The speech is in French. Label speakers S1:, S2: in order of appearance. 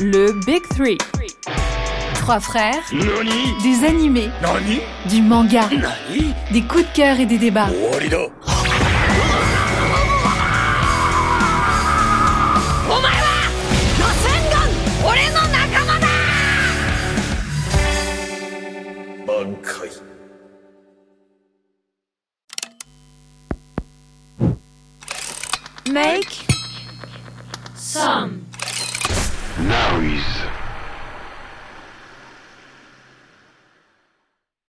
S1: Le Big Three. Trois frères,
S2: Nani
S1: des animés,
S2: Nani
S1: du manga,
S2: Nani
S1: des coups de cœur et des débats.
S2: 終わりだ満開
S1: Make
S2: Now he's